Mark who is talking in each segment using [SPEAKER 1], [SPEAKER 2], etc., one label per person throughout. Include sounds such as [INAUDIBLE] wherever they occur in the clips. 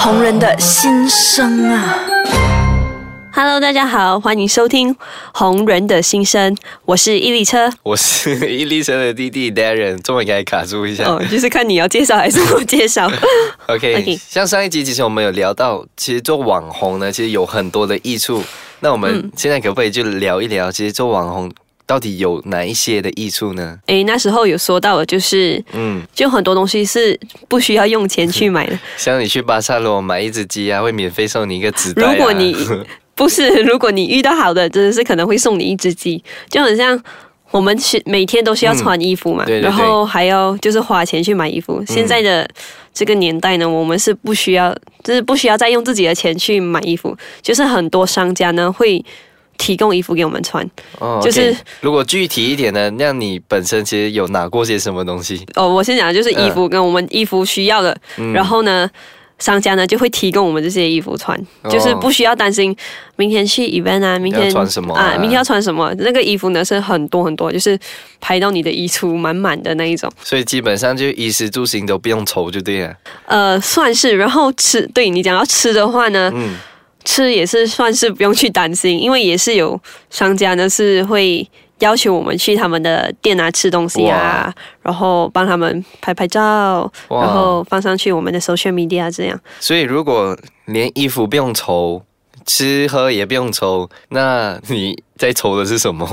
[SPEAKER 1] 同人的心声啊。
[SPEAKER 2] Hello，大家好，欢迎收听《红人的心声》，我是伊丽车。
[SPEAKER 3] 我是 [LAUGHS] 伊丽森的弟弟 Darren，中文应该卡住一下。
[SPEAKER 2] 哦，就是看你要介绍还是我介绍。
[SPEAKER 3] OK，,
[SPEAKER 2] OK
[SPEAKER 3] 像上一集其实我们有聊到，其实做网红呢，其实有很多的益处。那我
[SPEAKER 2] 嗯
[SPEAKER 3] 们现在可不可以就聊一聊，其实做网红到底有哪一些的益处呢？
[SPEAKER 2] 诶，那时候有说到的，就是
[SPEAKER 3] 嗯，
[SPEAKER 2] 就很多东西是不需要用钱去买的。
[SPEAKER 3] 像你去巴塞罗买一只鸡啊，会免费送你一个纸袋、啊。
[SPEAKER 2] 如果
[SPEAKER 3] [LAUGHS]
[SPEAKER 2] 你不是，如果你遇到好的，真的是可能会送你一只鸡，就很像。我们是每天都需要穿衣服嘛，
[SPEAKER 3] 嗯对对对嗯
[SPEAKER 2] 然后还要就是花钱去买衣服。现在的这个年代呢，我们是不需要，就是不需要再用自己的钱去买衣服，就是很多商家呢会提供衣服给我们穿。
[SPEAKER 3] 哦，
[SPEAKER 2] 就
[SPEAKER 3] OK
[SPEAKER 2] 是
[SPEAKER 3] 如果具体一点呢，那你本身其实有拿过些什么东西？
[SPEAKER 2] 哦，我先讲的就是
[SPEAKER 3] 嗯
[SPEAKER 2] 衣服跟我们衣服需要的，然后呢，商家呢就会提供我们这些衣服穿，
[SPEAKER 3] 哦
[SPEAKER 2] 就是不需要担心明天去 event 啊，明天
[SPEAKER 3] 要穿什么
[SPEAKER 2] 啊，
[SPEAKER 3] 啊
[SPEAKER 2] 明天要穿什么？那个衣服呢是很多很多，就是排到你的衣橱满满的那一种，
[SPEAKER 3] 所以基本上就衣食住行都不用愁，就对了。
[SPEAKER 2] 呃，算是。然后吃，对你讲要吃的话呢，
[SPEAKER 3] 嗯，
[SPEAKER 2] 吃也是算是不用去担心，因为也是有商家呢是会要求我们去他们的店啊吃东西啊，然后帮他们拍拍照，
[SPEAKER 3] 哇
[SPEAKER 2] 然后放上去我们的 social media 这样。
[SPEAKER 3] 所以如果连衣服不用愁，吃喝也不用愁，那你在愁的是
[SPEAKER 2] [LAUGHS]
[SPEAKER 3] 什么？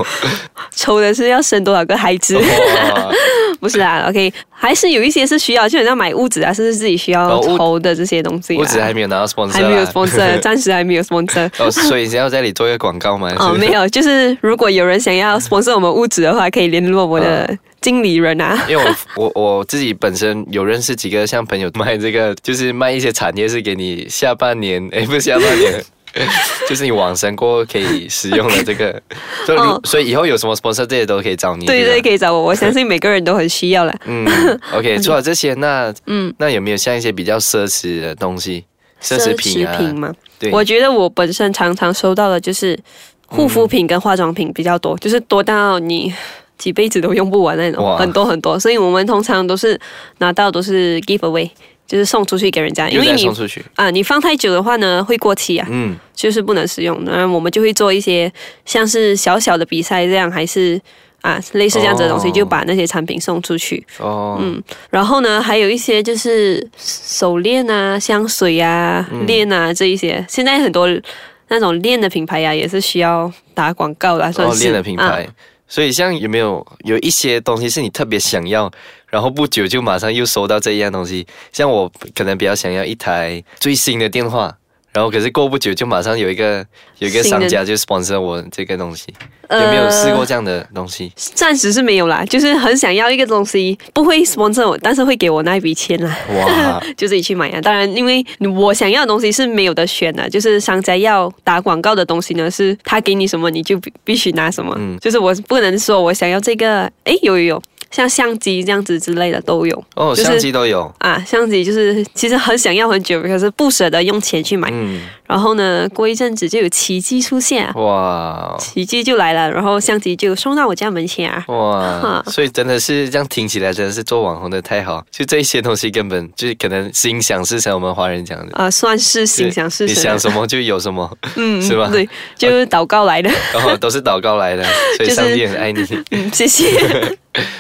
[SPEAKER 2] 抽的是要生多少个孩子？
[SPEAKER 3] 哇
[SPEAKER 2] [LAUGHS] 不是啊，OK，还是有一些是需要，就很像买物质啊，是不是自己需要
[SPEAKER 3] 哦物
[SPEAKER 2] 抽的这些东西、啊。
[SPEAKER 3] 我只还没有拿到 sponsor，
[SPEAKER 2] 还没有
[SPEAKER 3] 啦
[SPEAKER 2] [LAUGHS] sponsor，暂时还没有 sponsor。
[SPEAKER 3] 哦，所以你要在这里做一个广告吗？
[SPEAKER 2] [LAUGHS] 哦，
[SPEAKER 3] 是
[SPEAKER 2] 没有，就是如果有人想要 sponsor 我们物质的话，可以联络我的经理人啊。
[SPEAKER 3] 因为我我我自己本身有认识几个像朋友卖这个，就是卖一些产业是给你下半年， [LAUGHS] 哎，不是下半年，就是你往生过后可以使用的这个，所以
[SPEAKER 2] [LAUGHS]
[SPEAKER 3] 如、
[SPEAKER 2] 哦
[SPEAKER 3] 所以以后有什么 sponsor 这些都可以找你。
[SPEAKER 2] 对对，
[SPEAKER 3] 吧
[SPEAKER 2] 可以找我，我相信每个人都很需要啦。
[SPEAKER 3] 嗯，OK，除
[SPEAKER 2] [LAUGHS]
[SPEAKER 3] 了这些，那嗯，那有没有像一些比较奢侈的东西， [LAUGHS] 奢侈品啊？
[SPEAKER 2] 嘛，
[SPEAKER 3] 对，
[SPEAKER 2] 我觉得我本身常常收到的就是护肤品跟化妆品比较多，就是多到你几辈子都用不完那种，
[SPEAKER 3] 哇
[SPEAKER 2] 很多很多。所以我们通常都是拿到都是 give away，就是送出去给人家，因
[SPEAKER 3] 又
[SPEAKER 2] 为
[SPEAKER 3] 再
[SPEAKER 2] 你
[SPEAKER 3] 送出去，
[SPEAKER 2] 啊，你放太久的话呢会过期啊，
[SPEAKER 3] 嗯，
[SPEAKER 2] 就是不能使用。那我们就会做一些像是小小的比赛这样，还是。啊，类似这样子的东西
[SPEAKER 3] 哦
[SPEAKER 2] 就把那些产品送出去。
[SPEAKER 3] 哦，嗯，
[SPEAKER 2] 然后呢，还有一些就是手链啊、香水啊、
[SPEAKER 3] 嗯
[SPEAKER 2] 链啊这一些，现在很多那种链的品牌呀、也是需要打广告啦，算
[SPEAKER 3] 哦，
[SPEAKER 2] 是。
[SPEAKER 3] 练的品
[SPEAKER 2] 啊
[SPEAKER 3] 牌。所以，像有没有有一些东西是你特别想要，然后不久就马上又收到这一样东西？像我可能比较想要一台最新的电话，然后可是过不久就马上有一个有一个
[SPEAKER 2] 新的
[SPEAKER 3] 商家就 sponsor 我这个东西，有没有试过这样的东西？
[SPEAKER 2] 呃暂时是没有啦，就是很想要一个东西，不会 sponsor 我，但是会给我那一笔钱啦， [LAUGHS]
[SPEAKER 3] 哇，
[SPEAKER 2] 就自己去买啊。当然，因为我想要的东西是没有得选的，就是商家要打广告的东西呢，是他给你什么你就必必须拿什么，
[SPEAKER 3] 嗯
[SPEAKER 2] 就是我不能说我想要这个，诶，有有有，像相机这样子之类的都有。
[SPEAKER 3] 哦，
[SPEAKER 2] 就是
[SPEAKER 3] 相机都有，
[SPEAKER 2] 啊，相机就是其实很想要很久，可是不舍得用钱去买。
[SPEAKER 3] 嗯，
[SPEAKER 2] 然后呢，过一阵子就有奇迹出现
[SPEAKER 3] 哦
[SPEAKER 2] 啊，
[SPEAKER 3] 哇
[SPEAKER 2] 奇迹就来了，然后相机就送到我家门前啊。
[SPEAKER 3] 哇
[SPEAKER 2] 哈，
[SPEAKER 3] 所以真的是这样听起来，真的是做网红的太好，就这些东西根本就是可能心想事成，我们华人讲的。
[SPEAKER 2] 啊，算是心想事
[SPEAKER 3] 你
[SPEAKER 2] 成
[SPEAKER 3] 想
[SPEAKER 2] 啊，
[SPEAKER 3] 什么就有
[SPEAKER 2] [LAUGHS]
[SPEAKER 3] 什么，
[SPEAKER 2] 嗯
[SPEAKER 3] 是吧 [LAUGHS] 啊
[SPEAKER 2] 对，就是祷告来的， [LAUGHS]
[SPEAKER 3] 然后都是祷告来的，所以
[SPEAKER 2] 就是
[SPEAKER 3] 上帝很爱你。
[SPEAKER 2] 嗯，谢
[SPEAKER 3] [LAUGHS]
[SPEAKER 2] 谢。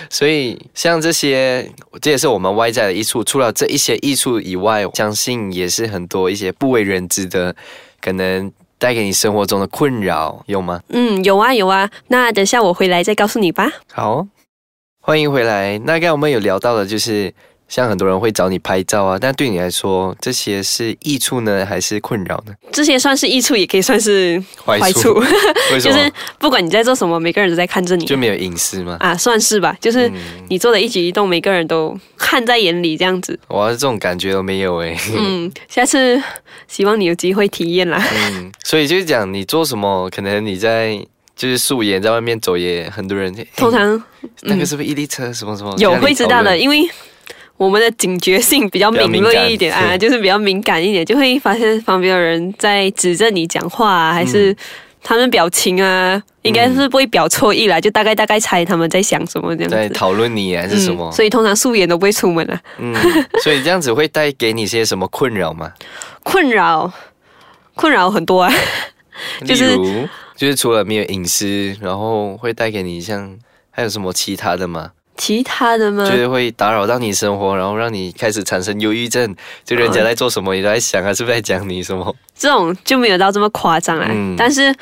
[SPEAKER 3] 所以像这些，这也是我们外在的益处。除了这一些益处以外，相信也是很多一些不为人知的，可能带给你生活中的困扰，有吗？
[SPEAKER 2] 嗯，有啊有啊，那等下我回来再告诉你吧。
[SPEAKER 3] 好，欢迎回来。那刚才我们有聊到的，就是像很多人会找你拍照啊，但对你来说，这些是益处呢，还是困扰呢？
[SPEAKER 2] 这些算是益处，也可以算是
[SPEAKER 3] 坏
[SPEAKER 2] 坏 [LAUGHS] 处，
[SPEAKER 3] 为
[SPEAKER 2] 就
[SPEAKER 3] 什么？
[SPEAKER 2] 是不管你在做什么，每个人都在看着你
[SPEAKER 3] 就没嗯有隐私吗？
[SPEAKER 2] 啊，算是吧，就是你做的一举一动，每个人都看在眼里这样子。
[SPEAKER 3] 我这种感觉都没有欸诶、
[SPEAKER 2] 嗯，下次希望你有机会体验啦。
[SPEAKER 3] 嗯，所以就是讲你做什么，可能你在就是素颜在外面走也很多人，诶
[SPEAKER 2] 通常嗯
[SPEAKER 3] 那个是不是一粒车什么什么？
[SPEAKER 2] 有
[SPEAKER 3] 在那里
[SPEAKER 2] 会知道
[SPEAKER 3] 讨
[SPEAKER 2] 的，
[SPEAKER 3] 论
[SPEAKER 2] 因为我们的警觉性比较
[SPEAKER 3] 比较
[SPEAKER 2] 敏
[SPEAKER 3] 敏
[SPEAKER 2] 锐
[SPEAKER 3] 感
[SPEAKER 2] 一点
[SPEAKER 3] 是嗯
[SPEAKER 2] 啊，就是比较敏感一点，就会发现旁边有人在指着你讲话、啊，还是他们表情啊，应该是不会表错意啦，就大概大概猜他们在想什么这样子。
[SPEAKER 3] 在嗯讨论你啊还是什么
[SPEAKER 2] 嗯？所以通常素颜都不会出门了。啊
[SPEAKER 3] 嗯，所以这样子会带给你些什么困扰吗？
[SPEAKER 2] 困扰，困扰很多啊。就是
[SPEAKER 3] 例如，就是除了没有隐私，然后会带给你像还有什么其他的吗？
[SPEAKER 2] 其他的吗
[SPEAKER 3] 就？是会打扰到你生活，然后让你开始产生忧郁症，就人家在做什么，你都在想啊，是不是在讲你什么？
[SPEAKER 2] 这种就没有到这么夸张啊。
[SPEAKER 3] 嗯
[SPEAKER 2] 但是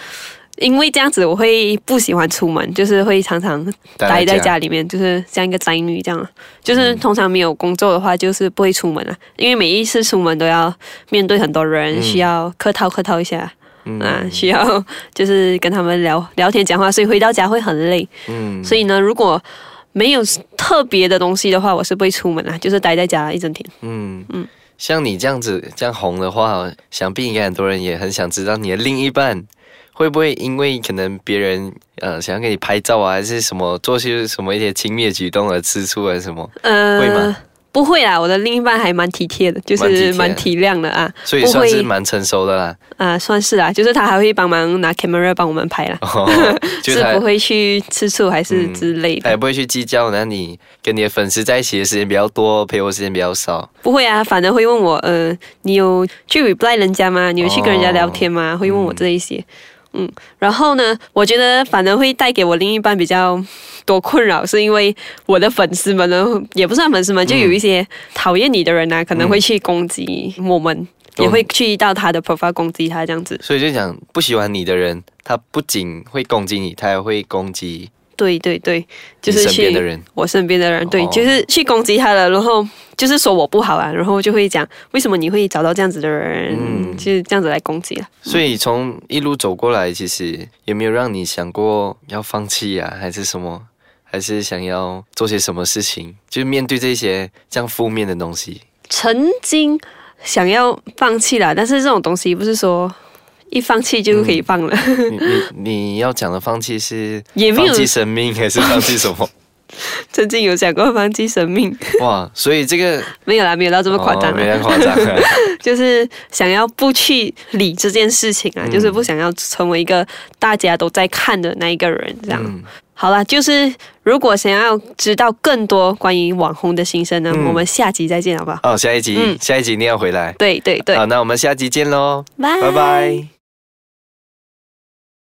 [SPEAKER 2] 因为这样子，我会不喜欢出门，就是会常常待在家里面，就是像一个宅女这样啊。就是通常没有工作的话，就是不会出门啊，因为每一次出门都要面对很多人，需要客套客套一下。
[SPEAKER 3] 嗯
[SPEAKER 2] 啊，需要就是跟他们聊聊天、讲话，所以回到家会很累。
[SPEAKER 3] 嗯，
[SPEAKER 2] 所以呢，如果没有特别的东西的话，我是不会出门啊，就是待在家一整天。
[SPEAKER 3] 嗯嗯，像你这样子这样红的话，想必应该很多人也很想知道你的另一半会不会因为可能别人呃想要给你拍照啊，还是什么做些什么一些亲密的举动而吃醋啊什么？
[SPEAKER 2] 呃，
[SPEAKER 3] 会吗？
[SPEAKER 2] 不会啦，我的另一半还蛮体贴的，就
[SPEAKER 3] 蛮体贴
[SPEAKER 2] 是蛮体谅的啊
[SPEAKER 3] 所以算
[SPEAKER 2] 不
[SPEAKER 3] 是
[SPEAKER 2] 会
[SPEAKER 3] 蛮成熟的啦，
[SPEAKER 2] 啊，算是啦、就是他还会帮忙拿 camera 帮我们拍啦， [LAUGHS]
[SPEAKER 3] 哦、就是他
[SPEAKER 2] 不会去吃醋还是
[SPEAKER 3] 嗯
[SPEAKER 2] 之类
[SPEAKER 3] [LAUGHS] 他
[SPEAKER 2] 的，
[SPEAKER 3] 也不会去计较，那你跟你的粉丝在一起的时间比较多，陪我时间比较少。
[SPEAKER 2] 不会啊，反而会问我，呃，你有去 reply 人家吗？你有去跟人家聊天
[SPEAKER 3] 哦
[SPEAKER 2] 吗？会问我这一些。嗯，然后呢？我觉得反而会带给我另一半比较多困扰，是因为我的粉丝们呢，也不算粉
[SPEAKER 3] 嗯
[SPEAKER 2] 丝们，就有一些讨厌你的人啊，可能会去攻击我们，
[SPEAKER 3] 懂
[SPEAKER 2] 也会去到他的 profile 攻击他这样子。
[SPEAKER 3] 所以就讲不喜欢你的人，他不仅会攻击你，他还会攻击
[SPEAKER 2] 对对对，就
[SPEAKER 3] 你
[SPEAKER 2] 是
[SPEAKER 3] 身
[SPEAKER 2] 去
[SPEAKER 3] 边的人。
[SPEAKER 2] 我身边的人，对，
[SPEAKER 3] 哦
[SPEAKER 2] 就是去攻击他了，然后就是说我不好啊，然后就会讲为什么你会找到这样子的人，
[SPEAKER 3] 嗯
[SPEAKER 2] 就是这样子来攻击了。啊
[SPEAKER 3] 所以从一路走过来，其实有没有让你想过要放弃呀、还是什么？还是想要做些什么事情？就面对这些这样负面的东西，
[SPEAKER 2] 曾经想要放弃啦，但是这种东西不是说一放弃就可以放了，
[SPEAKER 3] 你你你要讲的放弃是
[SPEAKER 2] 也没
[SPEAKER 3] 放
[SPEAKER 2] 有
[SPEAKER 3] 弃生命，还是放弃什
[SPEAKER 2] [LAUGHS]
[SPEAKER 3] 么？
[SPEAKER 2] [LAUGHS] 曾经有想过放弃生命，
[SPEAKER 3] 哇！所以这个
[SPEAKER 2] 没有啦，没有到这
[SPEAKER 3] 这
[SPEAKER 2] 么夸张
[SPEAKER 3] 哦、没
[SPEAKER 2] 啦、
[SPEAKER 3] 那么夸张、啊。
[SPEAKER 2] [LAUGHS] 就是想要不去理这件事情啊，
[SPEAKER 3] 嗯
[SPEAKER 2] 就是不想要成为一个大家都在看的那一个人这样。
[SPEAKER 3] 嗯
[SPEAKER 2] 好啦，就是如果想要知道更多关于网红的心声呢，
[SPEAKER 3] 嗯
[SPEAKER 2] 我们下集再见好不好？
[SPEAKER 3] 哦，下一集，
[SPEAKER 2] 嗯
[SPEAKER 3] 下一集你要回来。
[SPEAKER 2] 对对对，
[SPEAKER 3] 好，那我们下集见喽，
[SPEAKER 2] 拜
[SPEAKER 3] 拜拜。